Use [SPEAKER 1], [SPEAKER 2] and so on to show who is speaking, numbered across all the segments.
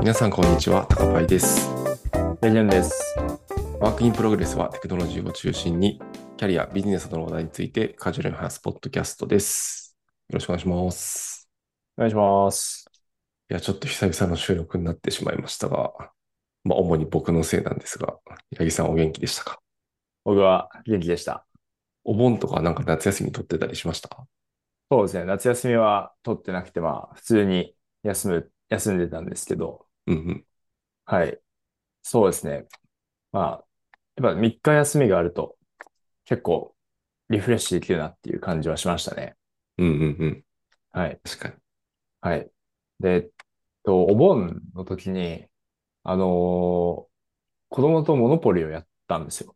[SPEAKER 1] 皆さんこんにちは、タカパイです。
[SPEAKER 2] レジェンです。
[SPEAKER 1] ワークインプログレスはテクノロジーを中心に、キャリア、ビジネスなどの話題についてカジュアルに話すポッドキャストです。よろしくお願いします。
[SPEAKER 2] お願いします。
[SPEAKER 1] いや、ちょっと久々の収録になってしまいましたが、まあ、主に僕のせいなんですが、八木さんお元気でしたか
[SPEAKER 2] 僕は元気でした。
[SPEAKER 1] お盆とかなんか夏休み取ってたりしましたか
[SPEAKER 2] そうですね。夏休みは取ってなくて、まあ、普通に休む、休んでたんですけど、
[SPEAKER 1] うんうん。
[SPEAKER 2] はい。そうですね。まあ、やっぱ3日休みがあると、結構リフレッシュできるなっていう感じはしましたね。
[SPEAKER 1] うんうんうん。
[SPEAKER 2] はい。
[SPEAKER 1] 確かに。
[SPEAKER 2] はい。で、えっと、お盆の時に、あのー子供とモノポリをやったんですよ。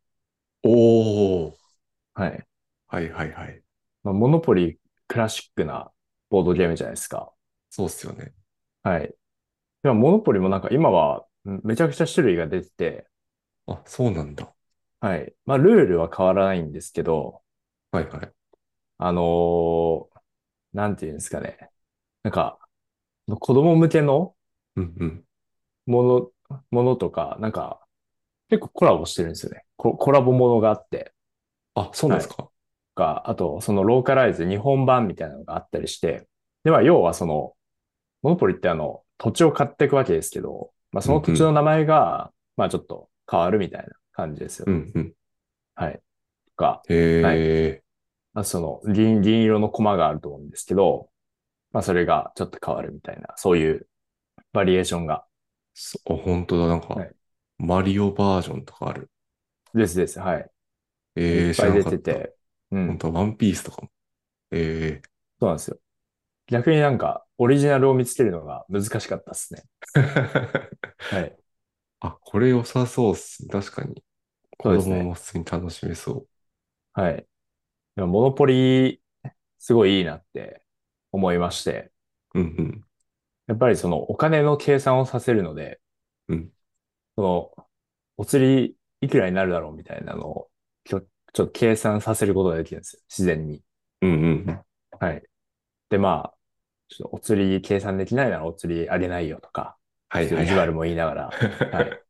[SPEAKER 1] おー。
[SPEAKER 2] はい。
[SPEAKER 1] はいはいはい。
[SPEAKER 2] まあ、モノポリクラシックなボードゲームじゃないですか。
[SPEAKER 1] そうっすよね。
[SPEAKER 2] はい。でも、モノポリもなんか今はうんめちゃくちゃ種類が出てて、
[SPEAKER 1] あ、そうなんだ。
[SPEAKER 2] はい。まあ、ルールは変わらないんですけど、
[SPEAKER 1] はいはい。
[SPEAKER 2] あのーなんていうんですかね。なんか、子供向けの
[SPEAKER 1] うんうん。
[SPEAKER 2] もの、ものとか、なんか、結構コラボしてるんですよね。コ、コラボものがあって、
[SPEAKER 1] あ、そうなんですか。
[SPEAKER 2] か、あと、そのローカライズ日本版みたいなのがあったりして、で、まあ、要はその、モノポリってあの、土地を買っていくわけですけど、まあ、その土地の名前が、まあ、ちょっと変わるみたいな感じですよ
[SPEAKER 1] う
[SPEAKER 2] ね。
[SPEAKER 1] んうん。
[SPEAKER 2] はい。とか、
[SPEAKER 1] へー。
[SPEAKER 2] はまあ、その銀、銀色のコマがあると思うんですけど、まあ、それがちょっと変わるみたいな、そういうバリエーションが。
[SPEAKER 1] そあ、本当だ、なんか
[SPEAKER 2] はい、
[SPEAKER 1] マリオバージョンとかある。
[SPEAKER 2] ですです。はい。
[SPEAKER 1] えー、
[SPEAKER 2] いっ
[SPEAKER 1] 知
[SPEAKER 2] ぱ
[SPEAKER 1] ら
[SPEAKER 2] い
[SPEAKER 1] な
[SPEAKER 2] 出
[SPEAKER 1] か
[SPEAKER 2] て
[SPEAKER 1] った。
[SPEAKER 2] て。う
[SPEAKER 1] 本
[SPEAKER 2] ん。
[SPEAKER 1] 当ワンピースとかも。え
[SPEAKER 2] そうなんですよ。逆になんか、オリジナルを見つけるのが難しかったですね。
[SPEAKER 1] ー。
[SPEAKER 2] はい。
[SPEAKER 1] あ、これ良さそうっす。確かに。
[SPEAKER 2] そ
[SPEAKER 1] 子
[SPEAKER 2] うですね
[SPEAKER 1] 供も普通に楽しめそう。
[SPEAKER 2] はい。でもモノポリ、すごいいいなって思いまして。
[SPEAKER 1] うん
[SPEAKER 2] やっぱりそのお金の計算をさせるので、
[SPEAKER 1] うん
[SPEAKER 2] その、お釣りいくらになるだろうみたいなのを、ちょ、ちょっと計算させることができるんですよ。自然に。
[SPEAKER 1] うん。うんうん
[SPEAKER 2] はい。で、まあ、ちょっとお釣り計算できないならお釣りあげないよとか、
[SPEAKER 1] はい
[SPEAKER 2] ちょっ
[SPEAKER 1] は
[SPEAKER 2] と
[SPEAKER 1] い
[SPEAKER 2] 意地
[SPEAKER 1] はい。。
[SPEAKER 2] 悪も言いながら、はい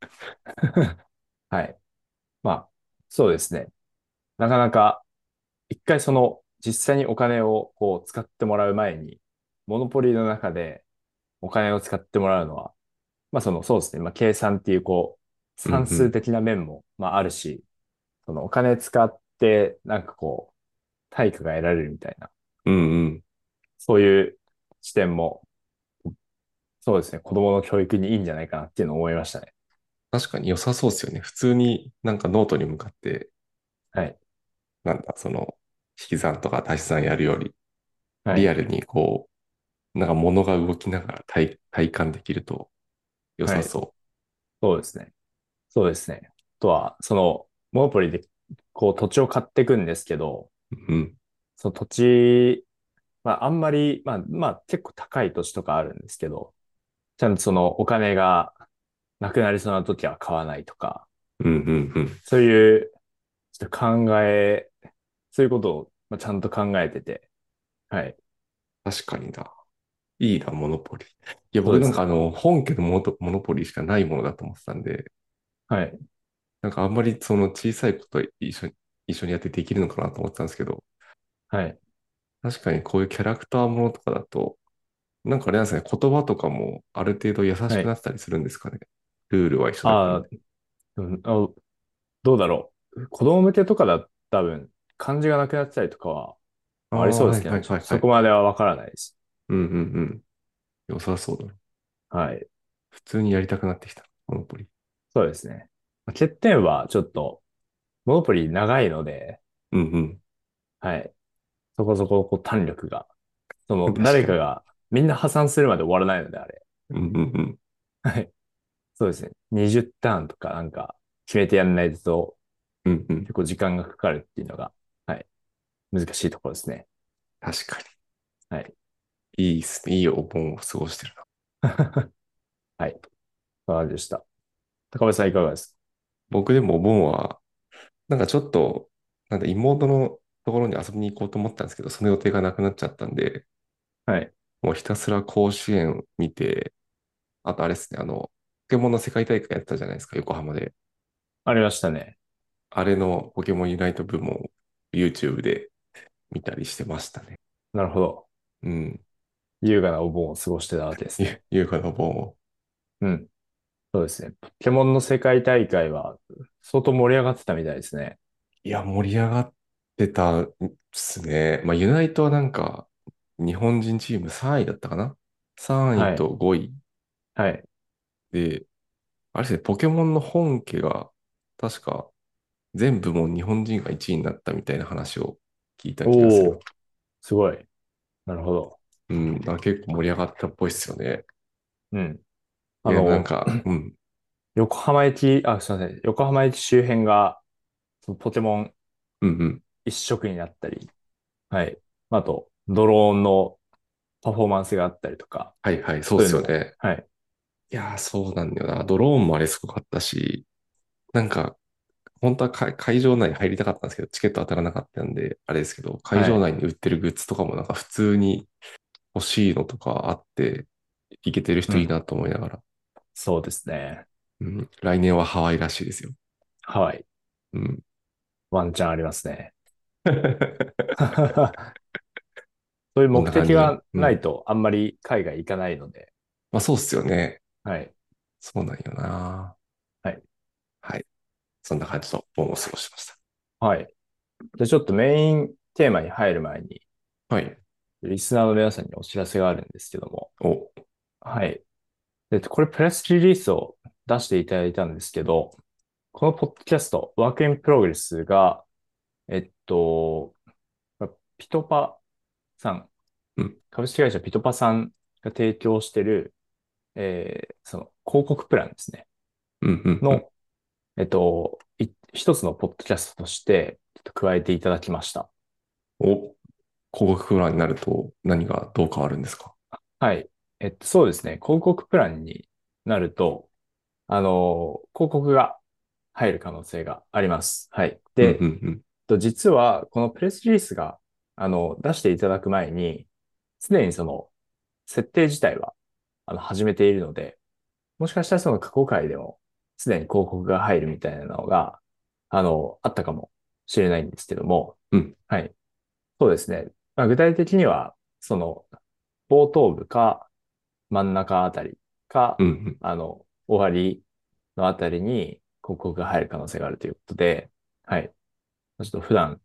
[SPEAKER 2] はい。 まあ、そうですね。なかなか、一回その、実際にお金をこう使ってもらう前に、モノポリの中でお金を使ってもらうのは、まあその、そうですね。まあ計算っていうこ
[SPEAKER 1] う
[SPEAKER 2] う、
[SPEAKER 1] んうん
[SPEAKER 2] 算数的な面も、まああるし、そのお金使って、なんかこう、対価が得られるみたいな、
[SPEAKER 1] うんうん。
[SPEAKER 2] そういう視点も、そうですね。子供の教育にいいんじゃないかなっていうのを思いましたね。
[SPEAKER 1] 確かに良さそうっすよね。普通になんかノートに向かって、
[SPEAKER 2] はい。
[SPEAKER 1] なんだ、その、引き算とか足し算やるより、
[SPEAKER 2] はい
[SPEAKER 1] リアルにこう、なんか物が動きながら体、体感できると良さそう。
[SPEAKER 2] そうですね。そうですね。あとは、その、モノポリで、こう、土地を買っていくんですけど、
[SPEAKER 1] うん。
[SPEAKER 2] その土地、まあ、あんまり、まあ、まあ、結構高い土地とかあるんですけど、ちゃんとその、お金がなくなりそうな時は買わないとか、
[SPEAKER 1] うんうんうん。
[SPEAKER 2] そういう、ちょっと考え、そういうことを、まあ、ちゃんと考えてて、はい。
[SPEAKER 1] 確かにな。いいな、モノポリ。いや、
[SPEAKER 2] そ
[SPEAKER 1] 僕
[SPEAKER 2] うで
[SPEAKER 1] な
[SPEAKER 2] す
[SPEAKER 1] んかあの、本家のモノモノポリしかないものだと思ってたんで、
[SPEAKER 2] はい。
[SPEAKER 1] なんかあんまりその小さいこと一緒に、一緒にやってできるのかなと思ってたんですけど、
[SPEAKER 2] はい。
[SPEAKER 1] 確かにこういうキャラクターものとかだと、なんかあれなんですね、言葉とかもある程度優しくなってたりするんですかね。ルールは一緒だから、ね。
[SPEAKER 2] うんあどうだろう。子供向けとかだ、多分、漢字がなくなってたりとかは、ありそうですけど、
[SPEAKER 1] はいはいはいはい
[SPEAKER 2] そこまではわからないです。
[SPEAKER 1] うんうんうん。良さそうだな。
[SPEAKER 2] はい。
[SPEAKER 1] 普通にやりたくなってきた、モノポリ。
[SPEAKER 2] そうですね。まあ欠点はちょっと、モノポリ長いので、
[SPEAKER 1] うんうん。
[SPEAKER 2] はい。そこそこ、こう、弾力が。その、
[SPEAKER 1] 確かに
[SPEAKER 2] 誰かが、みんな破産するまで終わらないので、あれ。
[SPEAKER 1] うんうんうん。
[SPEAKER 2] はい。そうですね。20ターンとかなんか、決めてやんないと、
[SPEAKER 1] うんうん。
[SPEAKER 2] 結構時間がかかるっていうのが、はい。難しいところですね。
[SPEAKER 1] 確かに。
[SPEAKER 2] はい。
[SPEAKER 1] いいっすね。いいお盆を過ごしてるな。
[SPEAKER 2] はい。そうでした。高橋さんいかがですか
[SPEAKER 1] 僕でもお盆は、なんかちょっと、なんだ、妹のところに遊びに行こうと思ったんですけど、その予定がなくなっちゃったんで、
[SPEAKER 2] はい。
[SPEAKER 1] もうひたすら甲子園見て、あとあれですね、あの、ポケモンの世界大会やったじゃないですか、横浜で。
[SPEAKER 2] ありましたね。
[SPEAKER 1] あれのポケモンユナイト部門を YouTube で見たりしてましたね。
[SPEAKER 2] なるほど。
[SPEAKER 1] うん。
[SPEAKER 2] 優雅なお盆を過ごしてたわけですね。
[SPEAKER 1] ゆ優香の盆を。
[SPEAKER 2] うん。そうですね。ポケモンの世界大会は相当盛り上がってたみたいですね。
[SPEAKER 1] いや、盛り上がってたっすね。まあ、ユナイトはなんか、日本人チーム3位だったかな ?3 位と5位
[SPEAKER 2] はい。
[SPEAKER 1] で、あれですね、ポケモンの本家が、確か、全部もう日本人が1位になったみたいな話を聞いた気がす
[SPEAKER 2] お
[SPEAKER 1] る
[SPEAKER 2] お。、すごい。なるほど。
[SPEAKER 1] うん、だから結構盛り上がったっぽいっすよね。
[SPEAKER 2] うん。
[SPEAKER 1] い
[SPEAKER 2] あ
[SPEAKER 1] や、
[SPEAKER 2] の、
[SPEAKER 1] なんか、うん、
[SPEAKER 2] 横浜駅、あ、すいません。横浜駅周辺が、そのポケモン
[SPEAKER 1] うん、うん。
[SPEAKER 2] 一色になったり、はい。あと、ドローンのパフォーマンスがあったりとか、
[SPEAKER 1] はいはい、そうですよね。
[SPEAKER 2] はい。
[SPEAKER 1] いやー、そうなんだよな。ドローンもあれすごかったし、なんか、本当は会会場内入りたかったんですけど、チケット当たらなかったんで、あれですけど、会場内に売ってるグッズとかもなんか普通に欲しいのとかあって、いけてる人いいなと思いながら、
[SPEAKER 2] そうですね。
[SPEAKER 1] うん、来年はハワイらしいですよ。
[SPEAKER 2] ハワイ、
[SPEAKER 1] うん。
[SPEAKER 2] ワンチャンありますね。 そういう目的がないと、あんまり海外行かないので、
[SPEAKER 1] まあそうっすよね。
[SPEAKER 2] はい。
[SPEAKER 1] そうなんよな。
[SPEAKER 2] はい。
[SPEAKER 1] はい。そんな感じの本を過ごしました。
[SPEAKER 2] はい。じゃあちょっとメインテーマに入る前に、
[SPEAKER 1] はい。
[SPEAKER 2] リスナーの皆さんにお知らせがあるんですけども、
[SPEAKER 1] お、
[SPEAKER 2] はい。えっと、これプレスリリースを出していただいたんですけど、このポッドキャスト、ワークインプログレスが、えっと、ピトパさん
[SPEAKER 1] うん、
[SPEAKER 2] 株式会社ピトパさんが提供してる、えーその広告プランですね。
[SPEAKER 1] うんうん、うん。
[SPEAKER 2] の、えっと、い一つのポッドキャストとして、ちょっと加えていただきました。
[SPEAKER 1] お、広告プランになると何がどう変わるんですか
[SPEAKER 2] はい。えっと、そうですね。広告プランになると、あの、広告が入る可能性があります。はい。で、
[SPEAKER 1] うんうん
[SPEAKER 2] と、実は、このプレスリリースが、あの、出していただく前に、すでにその、設定自体は、あの、始めているので、もしかしたらその過去回でも、すでに広告が入るみたいなのが、あの、あったかもしれないんですけども、
[SPEAKER 1] うん
[SPEAKER 2] はい。そうですね。まあ、具体的には、その、冒頭部か、真ん中あたりか、
[SPEAKER 1] うん。うん
[SPEAKER 2] あの、終わりのあたりに広告が入る可能性があるということで、はい。ちょっと普段、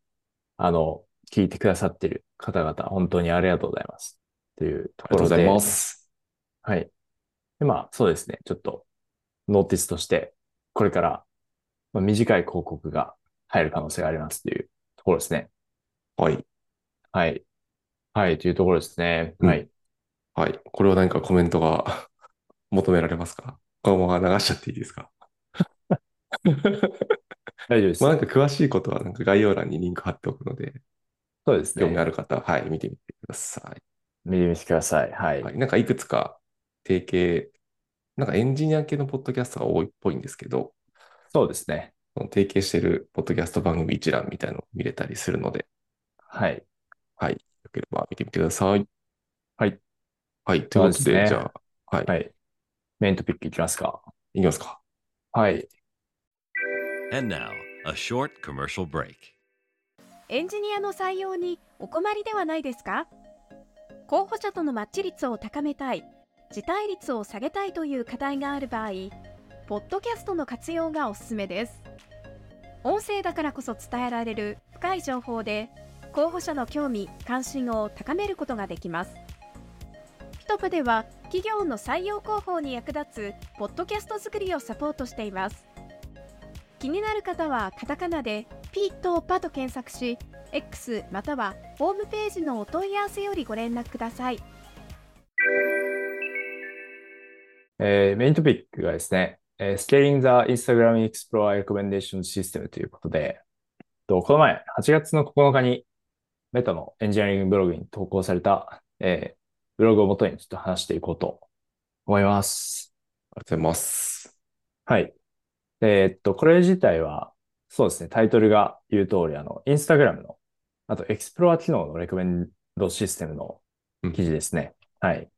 [SPEAKER 2] あの、聞いてくださっている方々、本当にありがとうございます。というと
[SPEAKER 1] ありがと
[SPEAKER 2] こ
[SPEAKER 1] うご
[SPEAKER 2] ろ
[SPEAKER 1] ざい
[SPEAKER 2] で、
[SPEAKER 1] ます。
[SPEAKER 2] はい。で、まあ、そうですね。ちょっと、ノーティスとして、これから、まあ、短い広告が入る可能性がありますというところですね。
[SPEAKER 1] はい。
[SPEAKER 2] はい。はい、というところですね。
[SPEAKER 1] うん
[SPEAKER 2] はい。
[SPEAKER 1] はい。これは何かコメントが 求められますかこのまま流しちゃっていいですか
[SPEAKER 2] 大丈夫です
[SPEAKER 1] まあ。なんか詳しいことはなんか概要欄にリンク貼っておくので、
[SPEAKER 2] そうです
[SPEAKER 1] 興味あ
[SPEAKER 2] ね。
[SPEAKER 1] る方は、はい、見てみてくださ
[SPEAKER 2] 見てみてください。はい
[SPEAKER 1] い。。はい。なんかいくつか提携、なんかエンジニア系のポッドキャストが多いっぽいんですけど、
[SPEAKER 2] そうですね。
[SPEAKER 1] その提携してるポッドキャスト番組一覧みたいのを見れたりするので、
[SPEAKER 2] はい。
[SPEAKER 1] はい。よければ見てみてください。
[SPEAKER 2] はい。
[SPEAKER 1] はい。ということ
[SPEAKER 2] そう
[SPEAKER 1] で、
[SPEAKER 2] ですね
[SPEAKER 1] じゃあ、はい。
[SPEAKER 2] はい。メイントピックいきますか。
[SPEAKER 1] いきますか。
[SPEAKER 2] はい。
[SPEAKER 3] And now, a short commercial break.
[SPEAKER 4] エンジニアの採用にお困りではないですか候補者とのマッチ率を高めたい、辞退率を下げたいという課題がある場合、ポッドキャストの活用がおすすめです。音声だからこそ伝えられる深い情報で、候補者の興味・関心を高めることができます。ピトプでは企業の採用広報に役立つポッドキャスト作りをサポートしています。気になる方はカタカナでピートパと検索し X またはホームページのお問い合わせよりご連絡ください
[SPEAKER 2] えーメイントピックがですね、えー Scaling the Instagram Explorer Recommendation System ということで、とこの前、8月の9日に、メタのエンジニアリングブログに投稿された、えーブログをもとにちょっと話していこうと思います。
[SPEAKER 1] ありがとうございます。
[SPEAKER 2] はい。えーっと、これ自体は、そうですね、タイトルが言う通り、あの、インスタグラムの、あと、エクスプロア機能のレコメンドシステムの記事ですね。はい。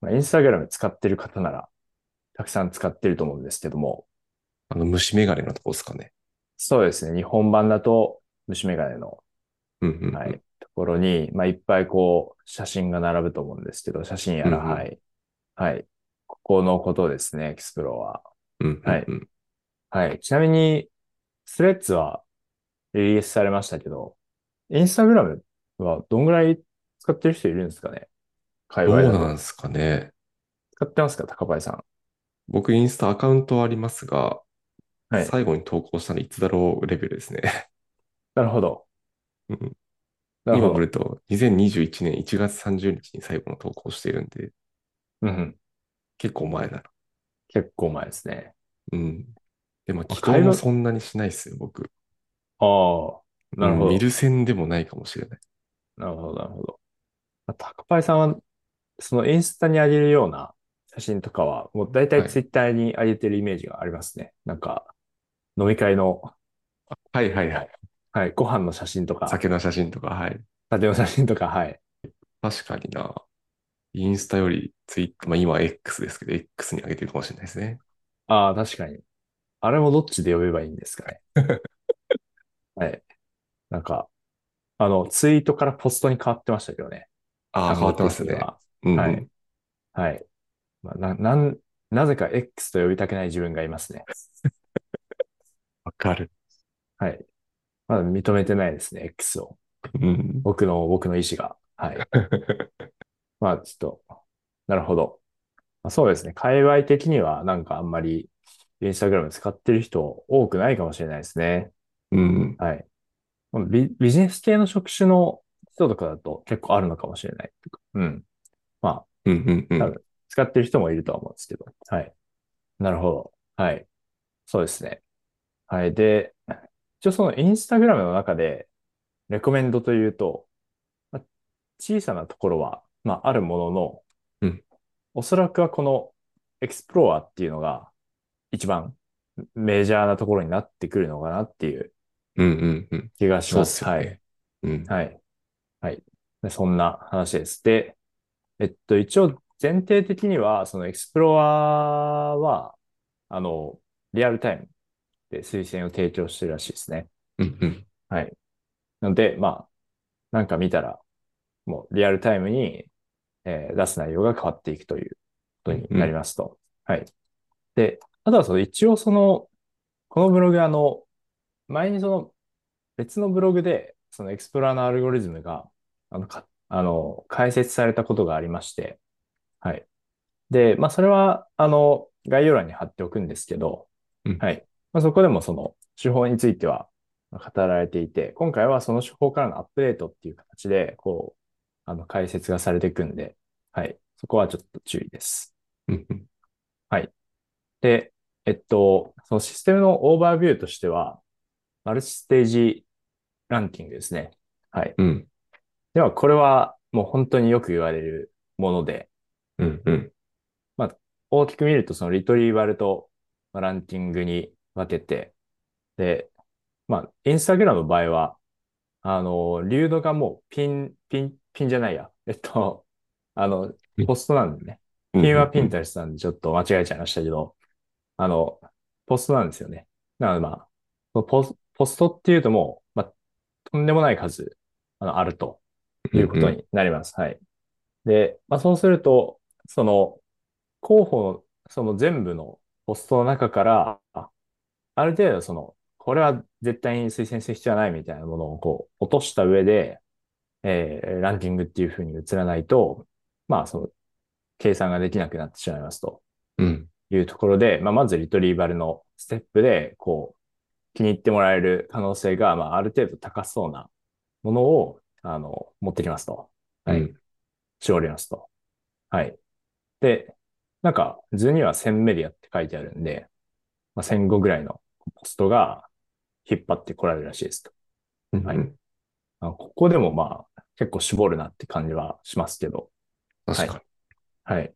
[SPEAKER 2] まあ、インスタグラム使ってる方なら、たくさん使ってると思うんですけども、
[SPEAKER 1] あの、虫眼鏡のとこですかね。
[SPEAKER 2] そうですね、日本版だと虫眼鏡の、
[SPEAKER 1] うんうんうん。
[SPEAKER 2] はい、ところに、まあ、いっぱいこう、写真が並ぶと思うんですけど、写真やら、
[SPEAKER 1] うんうん
[SPEAKER 2] はい。はい。ここのことですね、エクスプロは。
[SPEAKER 1] うんうんうん
[SPEAKER 2] はいはい。ちなみに、スレッズはリリースされましたけど、インスタグラムはどんぐらい使ってる人いるんですかね界
[SPEAKER 1] どう
[SPEAKER 2] 隈だと
[SPEAKER 1] なんですかね。
[SPEAKER 2] 使ってますか高林さん。
[SPEAKER 1] 僕、インスタアカウントはありますが、
[SPEAKER 2] はい。
[SPEAKER 1] 最後に投稿したのいつだろうレベルですね。
[SPEAKER 2] なるほど。
[SPEAKER 1] うん
[SPEAKER 2] なる
[SPEAKER 1] 今
[SPEAKER 2] ほ
[SPEAKER 1] 見
[SPEAKER 2] ど。
[SPEAKER 1] ると、2021年1月30日に最後の投稿しているんで、
[SPEAKER 2] うんうん。
[SPEAKER 1] 結構前だな。
[SPEAKER 2] 結構前ですね。
[SPEAKER 1] うん。で、まあ、
[SPEAKER 2] あ
[SPEAKER 1] 起動
[SPEAKER 2] 会
[SPEAKER 1] も
[SPEAKER 2] 話
[SPEAKER 1] そんなにしないですよ、僕。
[SPEAKER 2] ああ、なるほ
[SPEAKER 1] うん
[SPEAKER 2] ど。
[SPEAKER 1] 見る線でもないかもしれない。
[SPEAKER 2] なるほど、なるほど。まあ高パイさんは、そのインスタに上げるような写真とかは、もう大体
[SPEAKER 1] はい
[SPEAKER 2] ツイッターに上げてるイメージがありますね。なんか、飲み会の、
[SPEAKER 1] はいはいはい。
[SPEAKER 2] はい、ご飯の写真とか、
[SPEAKER 1] 酒の写真とか、はい。
[SPEAKER 2] 酒の写真とか、はい。
[SPEAKER 1] 確かにな。インスタよりツイッター、まあ今は X ですけど、X に上げてるかもしれないですね。
[SPEAKER 2] ああ、確かに。あれもどっちで呼べばいいんです かね。はい。なんか、あの、ツイートからポストに変わってましたけどね。
[SPEAKER 1] ああ、変わってます
[SPEAKER 2] 単語的
[SPEAKER 1] ね
[SPEAKER 2] に。は
[SPEAKER 1] うんうん、
[SPEAKER 2] はい。はい。まあ、な、なん、なぜか X と呼びたくない自分がいますね。
[SPEAKER 1] わかる。
[SPEAKER 2] はい。まだ認めてないですね、X を。
[SPEAKER 1] うん。
[SPEAKER 2] 僕の、僕の意思が。はい。まあ、ちょっと、なるほど。まあ、そうですね。界隈的には、なんかあんまり、インスタグラム使ってる人多くないかもしれないですね。
[SPEAKER 1] うん。
[SPEAKER 2] はい。ビ、ビジネス系の職種の人とかだと結構あるのかもしれない。うん。まあ、
[SPEAKER 1] うんうんうん。
[SPEAKER 2] 多分使ってる人もいるとは思うんですけど。はい。なるほど。はい。そうですね。はい。で、一応そのインスタグラムの中で、レコメンドというと、まあ小さなところは、まあ、あるものの、
[SPEAKER 1] うん
[SPEAKER 2] おそらくはこのエクスプローラーっていうのが一番メジャーなところになってくるのかなっていう
[SPEAKER 1] うんうんうん。
[SPEAKER 2] 気がし
[SPEAKER 1] そう
[SPEAKER 2] ま
[SPEAKER 1] っ
[SPEAKER 2] す。
[SPEAKER 1] すよ
[SPEAKER 2] はい。
[SPEAKER 1] ね。うん。
[SPEAKER 2] はい。はい。でそんな話です。で、えっと、一応前提的には、そのエクスプロワーは、あの、リアルタイムで推薦を提供してるらしいですね。
[SPEAKER 1] うんうん。
[SPEAKER 2] はい。なので、まあ、なんか見たら、もうリアルタイムに、えー出す内容が変わっていくということになりますと。はい。で、あとはその一応その、このブログあの、前にその別のブログで、そのエクスプローラーのアルゴリズムが、あの、か、あの、解説されたことがありまして、はい。で、まあ、それは、あの、概要欄に貼っておくんですけど、
[SPEAKER 1] うん
[SPEAKER 2] はい。まあ、そこでもその手法についてはまあ語られていて、今回はその手法からのアップデートっていう形で、こう、あの、解説がされていくんで、はい。そこはちょっと注意です。
[SPEAKER 1] うんうん。
[SPEAKER 2] で、えっと、そのシステムのオーバービューとしては、マルチステージランキングですね。はい。
[SPEAKER 1] うん
[SPEAKER 2] では、これはもう本当によく言われるもので、
[SPEAKER 1] うんうん。
[SPEAKER 2] 大きく見ると、そのリトリーバルとまあランキングに分けて、で、まあ、インスタグラムの場合は、あの、リュードがもうピン、ピン、ピンじゃないや。えっと、あの
[SPEAKER 1] う、ん
[SPEAKER 2] ポストなんでね。ピンはピンタレストなんでちょっと間違えちゃいましたけど、あの、ポストなんですよね。なのでまあ、そのポスポストっていうともう、まあ、とんでもない数、あの、あると
[SPEAKER 1] うん
[SPEAKER 2] い
[SPEAKER 1] うん
[SPEAKER 2] うこと。になります。はい。で、まあ、そうすると、その、候補の、その全部のポストの中から、あある程度、その、これは絶対に推薦する必要はないみたいなものをこう、落とした上で、えーランキングっていう風に移らないと、まあ、その、計算ができなくなってしまいますと
[SPEAKER 1] うん。
[SPEAKER 2] いうところで、まあ、まずリトリーバルのステップで、こう、気に入ってもらえる可能性が、まあ、ある程度高そうなものを、あの、持ってきますと。はい。
[SPEAKER 1] うん
[SPEAKER 2] 絞りますと。はい。で、なんか図には1000メディアって書いてあるんで、まあ、1005ぐらいのポストが引っ張ってこられるらしいですと。
[SPEAKER 1] うん
[SPEAKER 2] はいあここでもまあ結構絞るなって感じはしますけど。
[SPEAKER 1] 確か
[SPEAKER 2] はい。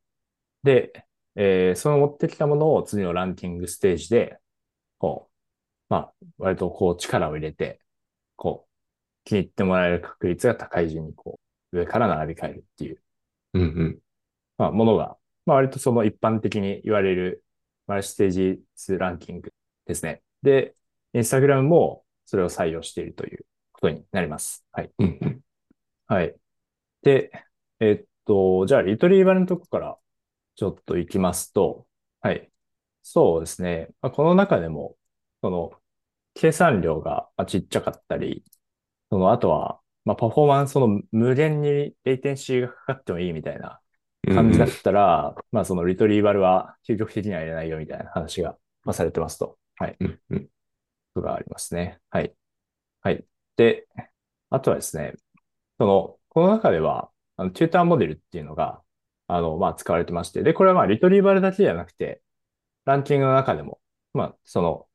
[SPEAKER 2] で、えーその持ってきたものを次のランキングステージで、こう、まあ、割とこう力を入れて、こう、気に入ってもらえる確率が高い順にこう、上から並び替えるっていう
[SPEAKER 1] に。うんうん。
[SPEAKER 2] まあ、ものが、まあ、割とその一般的に言われるマルチステージ2ランキングですね。で、インスタグラムもそれを採用しているということになります。はい。
[SPEAKER 1] うんうん。
[SPEAKER 2] はい。で、えっと、じゃあ、リトリーバルのとこからちょっと行きますと、はい。そうですね。まあ、この中でも、その、計算量がまあちっちゃかったり、その、あとは、まあ、パフォーマンス、その、無限にレイテンシーがかかってもいいみたいな感じだったら、まあそのリトリーバルは究極的には入れないよみたいな話が、まあ、されてますと。はい。
[SPEAKER 1] うんうん
[SPEAKER 2] ことがありますね。はい。はい。で、あとはですね、その、この中では、あの、テューターモデルっていうのが、あの、まあ使われてまして、で、これはまあリトリーバルだけじゃなくて、ランキングの中でも、まあその、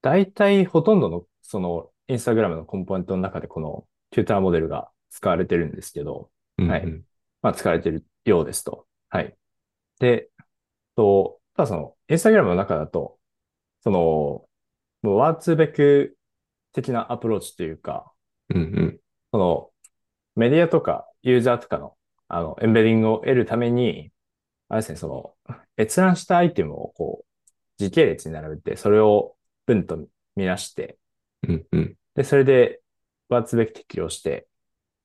[SPEAKER 2] 大体ほとんどの、その、インスタグラムのコンポーネントの中でこのテューターモデルが使われてるんですけど、
[SPEAKER 1] うん
[SPEAKER 2] はい
[SPEAKER 1] うん
[SPEAKER 2] まあ、使われてるようですと。はい。で、と、ただその、インスタグラムの中だと、その、もうワーツーベク的なアプローチというか、
[SPEAKER 1] うんうん。
[SPEAKER 2] その、メディアとかユーザーとかの、あの、エンベリングを得るために、あれですね、その、閲覧したアイテムをこう、時系列に並べて、それを文と見なして、
[SPEAKER 1] うんうん。
[SPEAKER 2] で、それで、ワーツーベク適用して、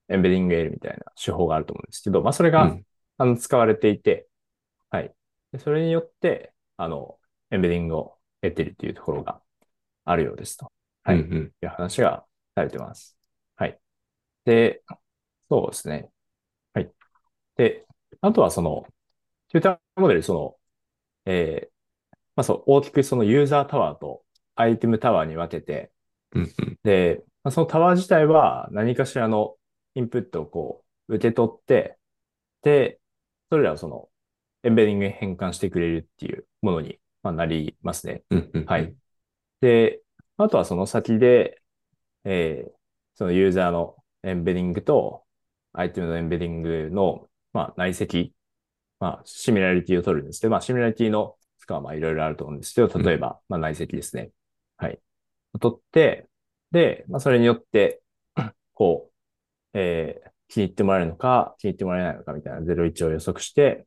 [SPEAKER 2] エンベリングを得るみたいな手法があると思うんですけど、まあ、それが、あの、使われていて、はい。で、それによって、あの、エンベディングを得ているというところがあるようですとはい
[SPEAKER 1] うんうん
[SPEAKER 2] いう話がされてます。はい。で、そうですね。はい。で、あとはその、チューターモデル、その、えーまあそう、大きくそのユーザータワーとアイテムタワーに分けて、
[SPEAKER 1] うんうん。
[SPEAKER 2] で、まあ、そのタワー自体は何かしらのインプットをこう受け取って、で、それらをそのエンベディングに変換してくれるっていうものに、まあ、なりますね。
[SPEAKER 1] うんうん。
[SPEAKER 2] はい。。で、あとはその先で、えーそのユーザーのエンベディングとアイテムのエンベディングの、まあ、内積、まあ、シミュラリティを取るんですけど、まあ、シミュラリティの使うはまあ、いろいろあると思うんですけど、例えば、まあ、内積ですね。はい。取って、で、まあ、それによって、 こう、えー気に入ってもらえるのか、気に入ってもらえないのかみたいな01を予測して、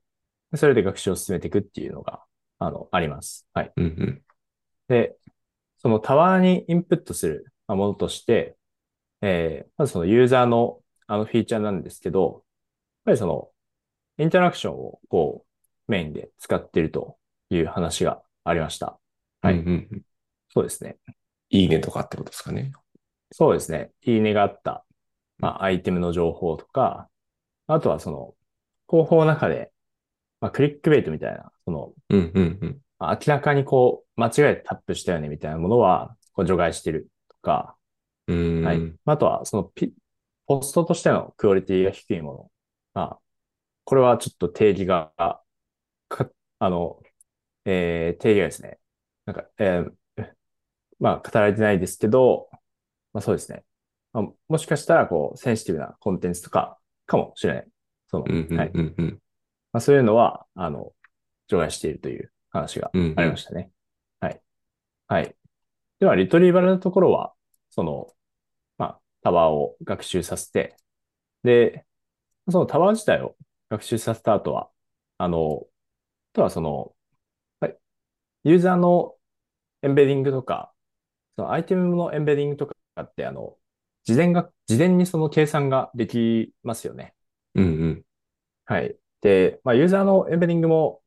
[SPEAKER 2] でそれで学習を進めていくっていうのが、あの、あります。はい。
[SPEAKER 1] うんうん。
[SPEAKER 2] で、そのタワーにインプットするまあものとして、えーまずそのユーザーのあのフィーチャーなんですけど、やっぱりそのインタラクションをこうメインで使ってるという話がありました。はい
[SPEAKER 1] うんうんうん。
[SPEAKER 2] そうですね。
[SPEAKER 1] いいねとかってことですかね。
[SPEAKER 2] そうですね。いいねがあった、まあ、アイテムの情報とか、あとはその広報の中で、まあ、クリックベイトみたいな、その
[SPEAKER 1] うんうんうん。
[SPEAKER 2] まあ明らかにこう間違えてタップしたよねみたいなものはこう除外してるとか、
[SPEAKER 1] うーん。
[SPEAKER 2] はい。あとは、そのピ、ポストとしてのクオリティが低いもの。まあ、これはちょっと定義が、か、あの、えー定義がですね、なんか、えーまあ、語られてないですけど、まあそうですね。まあ、もしかしたら、こう、センシティブなコンテンツとか、かもしれない。その、
[SPEAKER 1] うんうん
[SPEAKER 2] はい。
[SPEAKER 1] うんうん。
[SPEAKER 2] まあ、そういうのは、あの、除外しているという話が
[SPEAKER 1] うんうん
[SPEAKER 2] ありましたね。はい。はい。では、リトリーバルのところは、その、まあ、タワーを学習させて、で、そのタワー自体を学習させた後は、あの、あとはその、はい、ユーザーのエンベディングとか、そのアイテムのエンベディングとかって、あの、事前が、事前にその計算ができますよね。
[SPEAKER 1] うんうん。
[SPEAKER 2] はい。で、まあ、ユーザーのエンベディングも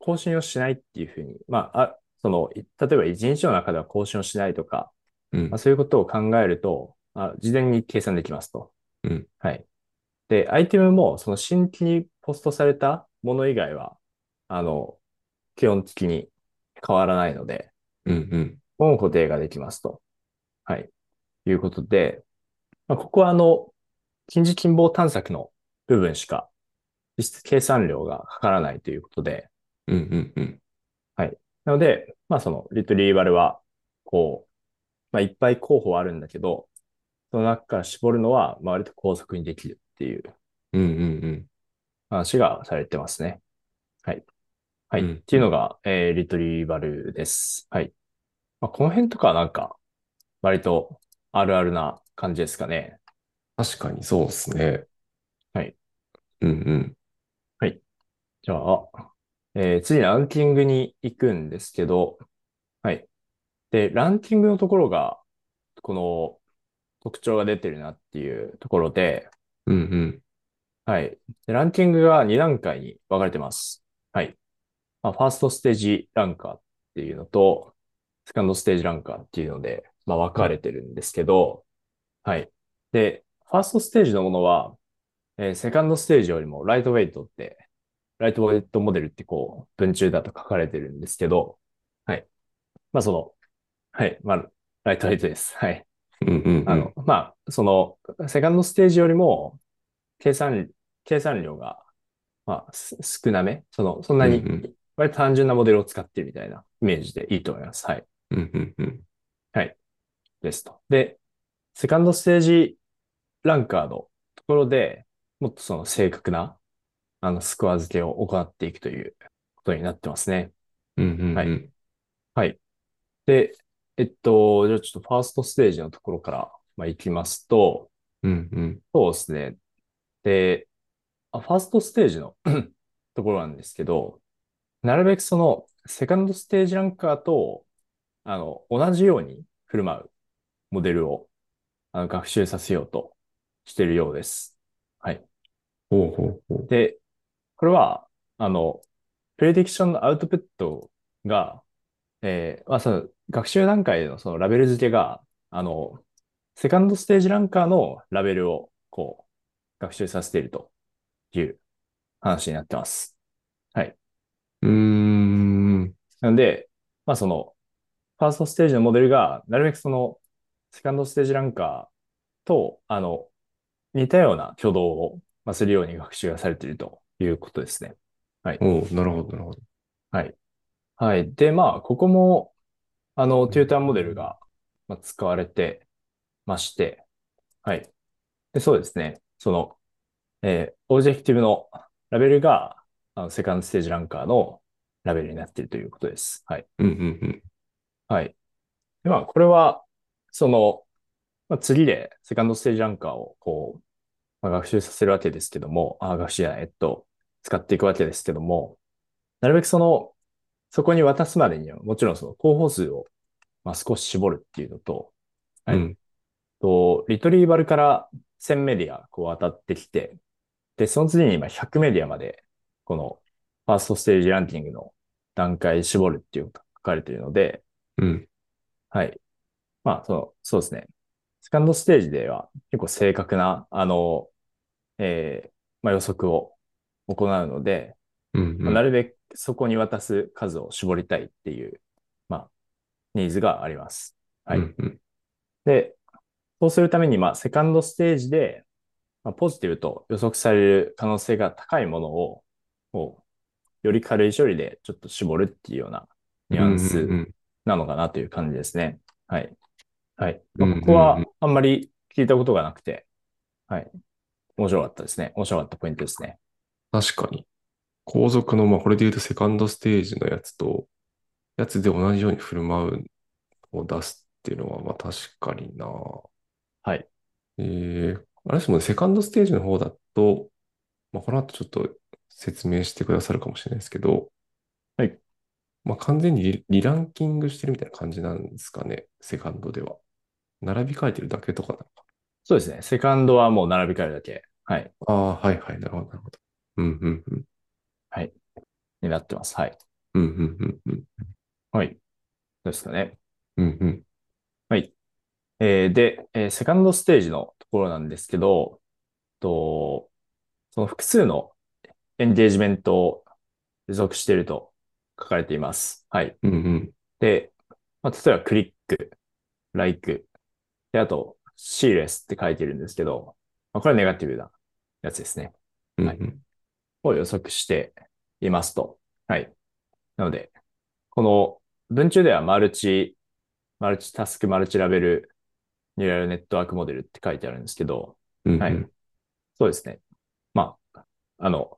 [SPEAKER 2] 更新をしないっていうふうに、まあ、あ、その、い例えば一日の中では更新をしないとか、
[SPEAKER 1] うん
[SPEAKER 2] まあ、そういうことを考えると、あ、事前に計算できますと。
[SPEAKER 1] うん
[SPEAKER 2] はい。で、アイテムも、その新規にポストされたもの以外は、あの、基本的に変わらないので、
[SPEAKER 1] うんうん。
[SPEAKER 2] ここも固定ができますと。はい。いうことで、まあ、ここはあの、近似近傍探索の部分しか、実質計算量がかからないということで、
[SPEAKER 1] うんうんうん。
[SPEAKER 2] なので、まあその、リトリーバルは、こう、まあいっぱい候補はあるんだけど、その中から絞るのは、まあ割と高速にできるっていう
[SPEAKER 1] うんうんうん。
[SPEAKER 2] 話がされてますね。はい。はい。
[SPEAKER 1] うん
[SPEAKER 2] っていうのが、えーリトリーバルです。はい。まあ、この辺とかはなんか、割とあるあるな感じですかね。
[SPEAKER 1] 確かにそうですね。
[SPEAKER 2] はい。
[SPEAKER 1] うんうん。
[SPEAKER 2] じゃあ、えー次ランキングに行くんですけど、はい。で、ランキングのところが、この特徴が出てるなっていうところで、
[SPEAKER 1] うんうん。
[SPEAKER 2] はい。でランキングが2段階に分かれてます。はい。まあ、ファーストステージランカーっていうのと、セカンドステージランカーっていうので、まあ、分かれてるんですけど、はい。で、ファーストステージのものは、えーセカンドステージよりもライトウェイトって、ライトウェイトモデルってこう、文中だと書かれてるんですけど、はい。まあ、その、はい。まあ、ライトウェイトです。はい。
[SPEAKER 1] うんうんうん。
[SPEAKER 2] あの、まあ、その、セカンドステージよりも、計算、計算量が、まあ、す少なめ。その、そんな
[SPEAKER 1] うんうん
[SPEAKER 2] に、割と単純なモデルを使ってるみたいなイメージでいいと思います。はい。
[SPEAKER 1] うんうんうん。
[SPEAKER 2] ですと。で、セカンドステージランカーのところで、もっとその正確な、あの、スコア付けを行っていくということになってますね。
[SPEAKER 1] うんうんうん。
[SPEAKER 2] はいで、えっと、じゃあちょっとファーストステージのところから、まあ、行きますと、
[SPEAKER 1] うんうん。
[SPEAKER 2] そうですね。で、あファーストステージの ところなんですけど、なるべくそのセカンドステージランカーとあの同じように振る舞うモデルをあの学習させようとしているようです。はい。
[SPEAKER 1] ほうほうほう。
[SPEAKER 2] で、これは、あの、プレディクションのアウトプットが、えーまあ、その学習段階でのそのラベル付けが、あの、セカンドステージランカーのラベルを、こう、学習させているという話になってます。
[SPEAKER 1] うーん。
[SPEAKER 2] なんで、まあその、ファーストステージのモデルが、なるべくその、セカンドステージランカーと、あの、似たような挙動を、まあ、するように学習がされているということですね。
[SPEAKER 1] おうなるほど、なるほど。
[SPEAKER 2] はい。で、まあ、ここも、あの、テューターモデルが、まあ、使われてまして、はい。で、そうですね。その、えーオブジェクティブのラベルが、あの、セカンドステージランカーのラベルになっているということです。はい。
[SPEAKER 1] うんうんうん。
[SPEAKER 2] はい。で、まあ、これは、その、まあ、次でセカンドステージランカーを、こう、まあ、学習させるわけですけども、あ、学習じゃない、えっと、使っていくわけですけども、なるべくその、そこに渡すまでには、もちろんその候補数を、まあ、少し絞るっていうのと、はい
[SPEAKER 1] うん
[SPEAKER 2] と、リトリーバルから1000メディア、こう渡ってきて、で、その次に今100メディアまで、この、ファーストステージランキングの段階絞るっていうのが書かれているので、
[SPEAKER 1] うん。
[SPEAKER 2] はい。まあ、その、そうですね。セカンドステージでは結構正確な、あの、えーまあ、予測を行うので、
[SPEAKER 1] うん
[SPEAKER 2] ま
[SPEAKER 1] う
[SPEAKER 2] あ
[SPEAKER 1] ん。
[SPEAKER 2] なるべくそこに渡す数を絞りたいっていう、まあ、ニーズがあります。はい。
[SPEAKER 1] うんうん。
[SPEAKER 2] で、そうするために、まあ、セカンドステージで、まあ、ポジティブと予測される可能性が高いものを、こうより軽い処理でちょっと絞るっていうようなニュアンス
[SPEAKER 1] うんうん
[SPEAKER 2] なのかなという感じですね。はい。はい。
[SPEAKER 1] う
[SPEAKER 2] ま
[SPEAKER 1] ん
[SPEAKER 2] あ
[SPEAKER 1] うんうん
[SPEAKER 2] ここはあんまり聞いたことがなくて、はい。面白かったですね。面白かったポイントですね。
[SPEAKER 1] うん確かに。後続の、まあ、これで言うとセカンドステージのやつと、やつで同じように振る舞うを出すっていうのは、まあ確かにな。
[SPEAKER 2] はい。
[SPEAKER 1] えー、あれですもんね、セカンドステージの方だと、まあ、この後ちょっと説明してくださるかもしれないですけど、
[SPEAKER 2] はい。
[SPEAKER 1] まあ、完全にリ、リランキングしてるみたいな感じなんですかね、セカンドでは。並び替えてるだけとかなのか。
[SPEAKER 2] そうですね。セカンドはもう並び替えるだけ、はい、
[SPEAKER 1] ああ、はいはい、なるほど、なるほど。うんうんうん。
[SPEAKER 2] になってます。はい。
[SPEAKER 1] うんうんうんうん。
[SPEAKER 2] はい。どうですかね。
[SPEAKER 1] うんうん。
[SPEAKER 2] えーで、えーセカンドステージのところなんですけど、と、その複数のエンゲージメントを持続していると書かれています。はい。
[SPEAKER 1] うんうん。
[SPEAKER 2] で、まあ、例えばクリック、like、で、あと、sealess って書いてるんですけど、まあ、これはネガティブなやつですね。
[SPEAKER 1] うん
[SPEAKER 2] はい
[SPEAKER 1] うん。
[SPEAKER 2] を予測していますと。はい。なので、この文中ではマルチ、マルチタスク、マルチラベル、ニューラルネットワークモデルって書いてあるんですけど、
[SPEAKER 1] うんうん。
[SPEAKER 2] はいそうですね。まあ、あの、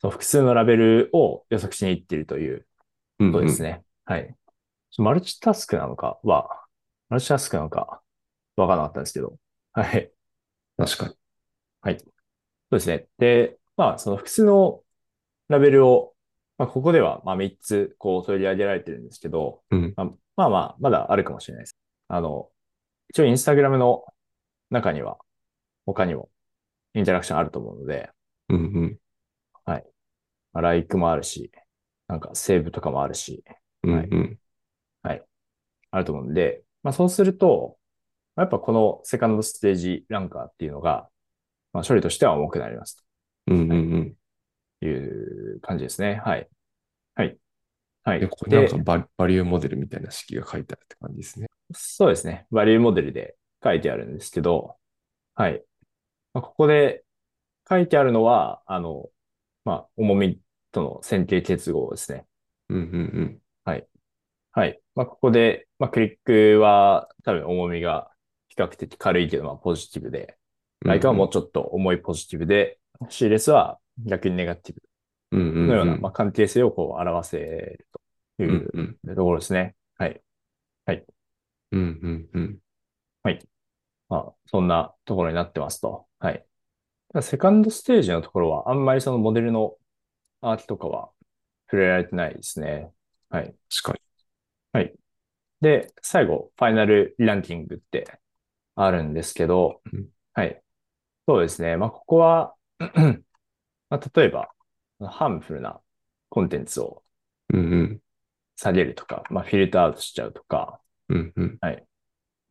[SPEAKER 2] その複数のラベルを予測しに行っているという
[SPEAKER 1] うんうん
[SPEAKER 2] そうですね。はい。マルチタスクなのかは、マルチタスクなのか、わからなかったんですけど。はい。
[SPEAKER 1] 確かに。
[SPEAKER 2] そうですね。で、まあ、その複数のラベルをままあ、ここでは、まあ、3つ、こう、取り上げられてるんですけど、
[SPEAKER 1] うん
[SPEAKER 2] まあまあまあ、まだあるかもしれないです。あの、一応、インスタグラムの中には、他にも、インタラクションあると思うので、
[SPEAKER 1] うんうん。
[SPEAKER 2] まあ、ライクもあるし、なんか、セーブとかもあるし、
[SPEAKER 1] うん
[SPEAKER 2] はい
[SPEAKER 1] うん。
[SPEAKER 2] あると思うんで、まあ、そうすると、まあやっぱこのセカンドステージランカーっていうのが、まあ、処理としては重くなります
[SPEAKER 1] うんうんうん。
[SPEAKER 2] という感じですね。はい。はい。はい。
[SPEAKER 1] で、これなん
[SPEAKER 2] で
[SPEAKER 1] かババリューモデルみたいな式が書いてあるって感じですね。
[SPEAKER 2] そうですね。バリューモデルで書いてあるんですけど、はい。まあ、ここで書いてあるのは、あの、まあ、重みとの線形結合ですね。
[SPEAKER 1] うんうん
[SPEAKER 2] はい。まあ、ここで、まあ、クリックは多分重みが比較的軽いけど、まあ、ポジティブで、
[SPEAKER 1] うん。
[SPEAKER 2] ライカはもうちょっと重いポジティブで、シーレスは逆にネガティ
[SPEAKER 1] うんうんう
[SPEAKER 2] ブ
[SPEAKER 1] ん。
[SPEAKER 2] のような、まあ、関係性をこう表せるとい
[SPEAKER 1] うん
[SPEAKER 2] う
[SPEAKER 1] うん
[SPEAKER 2] ところですね。はい。
[SPEAKER 1] うんうんうん。
[SPEAKER 2] まあ、そんなところになってますと。はい。ただセカンドステージのところは、あんまりそのモデルのアーキとかは触れられてないですね。はい。
[SPEAKER 1] 確か
[SPEAKER 2] で、最後、ファイナルリランキングってあるんですけど
[SPEAKER 1] うん、
[SPEAKER 2] はい。そうですね。まあ、ここは、 まあ、例えば、ハームフルなコンテンツを
[SPEAKER 1] に。うんうん。
[SPEAKER 2] 下げるとか、まあ、フィルターアウトしちゃうとか、
[SPEAKER 1] うんうん。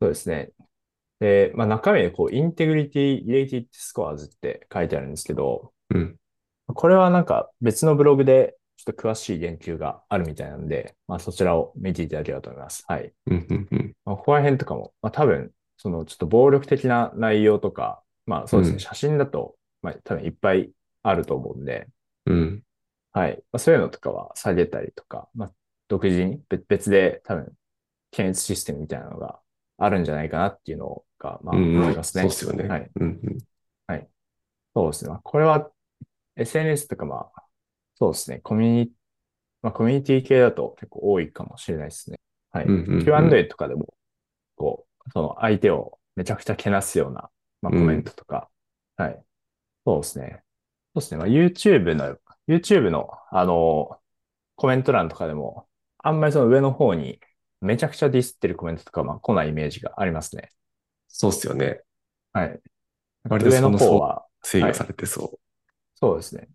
[SPEAKER 2] そうですね。で、まあ、中身でこう、インテグリティ・リレイティッド・スコアーズって書いてあるんですけど、
[SPEAKER 1] うん
[SPEAKER 2] これはなんか別のブログでちょっと詳しい言及があるみたいなんで、まあ、そちらを見ていただければと思います。はい。
[SPEAKER 1] うんうんうん。
[SPEAKER 2] まあ、ここら辺とかも、まあ、多分、そのちょっと暴力的な内容とか、まあそうですね、
[SPEAKER 1] うん
[SPEAKER 2] 写真だと、まあ多分いっぱいあると思うんで、
[SPEAKER 1] うん
[SPEAKER 2] はい。まあ、そういうのとかは下げたりとか、まあ、独自に別別で多分検閲システムみたいなのがあるんじゃないかなっていうのが、まあ、
[SPEAKER 1] うんうん
[SPEAKER 2] 思いますね。
[SPEAKER 1] そうっすよね。
[SPEAKER 2] はい。
[SPEAKER 1] うんうん。
[SPEAKER 2] そうですね。まあ、これは SNS とかまあ、そうですね。コミュニ、まあ、コミュニティ系だと結構多いかもしれないですね。はい。
[SPEAKER 1] うんうんうん
[SPEAKER 2] Q&A とかでも、こう、その相手をめちゃくちゃけなすような、まあ、
[SPEAKER 1] う
[SPEAKER 2] コ
[SPEAKER 1] ん
[SPEAKER 2] メントとか、はい。そうですね。そうですね。まあ、YouTube の、YouTube の、あの、コメント欄とかでも、あんまりその上の方に、めちゃくちゃディスってるコメントとか、まあ、来ないイメージがありますね。
[SPEAKER 1] そうっすよね。
[SPEAKER 2] はい。
[SPEAKER 1] 割と
[SPEAKER 2] 上の
[SPEAKER 1] その
[SPEAKER 2] 方は、
[SPEAKER 1] 制御されてそ
[SPEAKER 2] そうです
[SPEAKER 1] う。
[SPEAKER 2] ね。
[SPEAKER 1] うん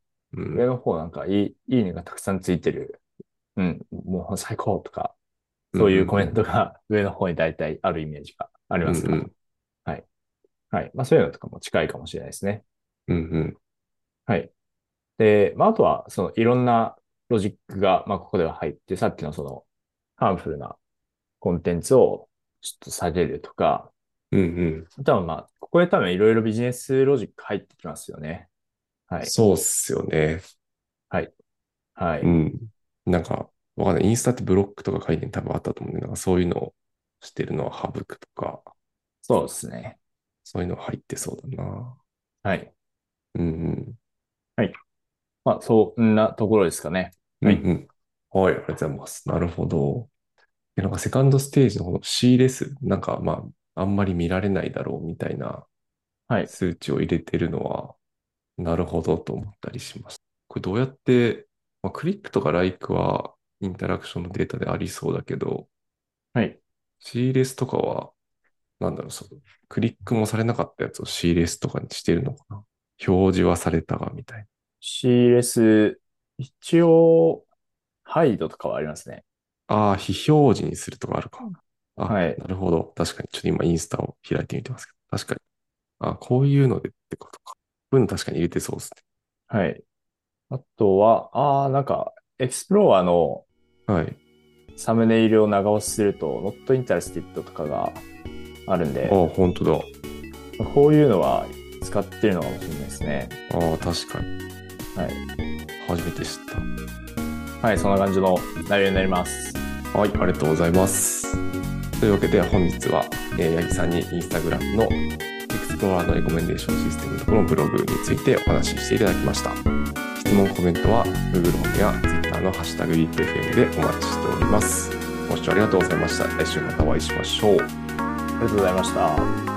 [SPEAKER 2] 上の方なんかいい、いいねがたくさんついてる。うん、もう最高とか、そういうコメントが 上の方に大体あるイメージがあります
[SPEAKER 1] うん
[SPEAKER 2] が
[SPEAKER 1] うん、
[SPEAKER 2] はい。はい。まあそういうのとかも近いかもしれないですね。
[SPEAKER 1] うんうん。
[SPEAKER 2] はい。で、まああとは、そのいろんなロジックが、まあここでは入って、さっきのその、ハームフルなコンテンツをちょっと下げるとか、
[SPEAKER 1] うんうん。
[SPEAKER 2] あとはまあ、ここで多分いろいろビジネスロジック入ってきますよね。はい。
[SPEAKER 1] そうっすよね。
[SPEAKER 2] はい。
[SPEAKER 1] うん。なんか、わかんない。インスタってブロックとか書いて多分あったと思うんで、なんかそういうのをしてるのは省くとか、
[SPEAKER 2] そうですね。
[SPEAKER 1] そういうの入ってそうだな。
[SPEAKER 2] はい。
[SPEAKER 1] うんうん。
[SPEAKER 2] まあ、そんなところですかね。
[SPEAKER 1] うん
[SPEAKER 2] は
[SPEAKER 1] う
[SPEAKER 2] い
[SPEAKER 1] ん。はい、ありがとうございます。なるほど。で、なんかセカンドステージのこの C レス、なんかまあ、あんまり見られないだろうみたいな
[SPEAKER 2] はい
[SPEAKER 1] 数値を入れてるのは、なるほどと思ったりしました。これどうやって、まあ、クリックとかライクはインタラクションのデータでありそうだけど、
[SPEAKER 2] はい。
[SPEAKER 1] C レスとかは、なんだろう、そのクリックもされなかったやつを C レスとかにしてるのかな。表示はされたがみたい
[SPEAKER 2] C レス、一応、ハイドとかはありますね。
[SPEAKER 1] な。ああ、非表示にするとかあるか。あ、
[SPEAKER 2] はい
[SPEAKER 1] なるほど。確かに。ちょっと今インスタを開いてみてますけど。確かに。あ、こういうのでってことか。うん、確かに入れてそうです
[SPEAKER 2] はい。あとは、ああ、なんか、エクスプローラーの
[SPEAKER 1] ね。はい。
[SPEAKER 2] サムネイルを長押しすると、Not Interested とかがあるんで、
[SPEAKER 1] ああ、本当だ。
[SPEAKER 2] こういうのは使ってるのかもしれないですね。
[SPEAKER 1] ああ、確かに。
[SPEAKER 2] はい。
[SPEAKER 1] 初めて知った。
[SPEAKER 2] はい、そんな感じの内容になります。
[SPEAKER 1] はい、ありがとうございます。というわけで本日は、えー八木さんにインスタグラムのエクスプローラーのレコメンデーションシステムのこのブログについてお話ししていただきました。質問、コメントは Google ホームや Twitter のハッシュタグ ETFM でお待ちしております。ご視聴ありがとうございました。来週またお会いしましょう。
[SPEAKER 2] ありがとうございました。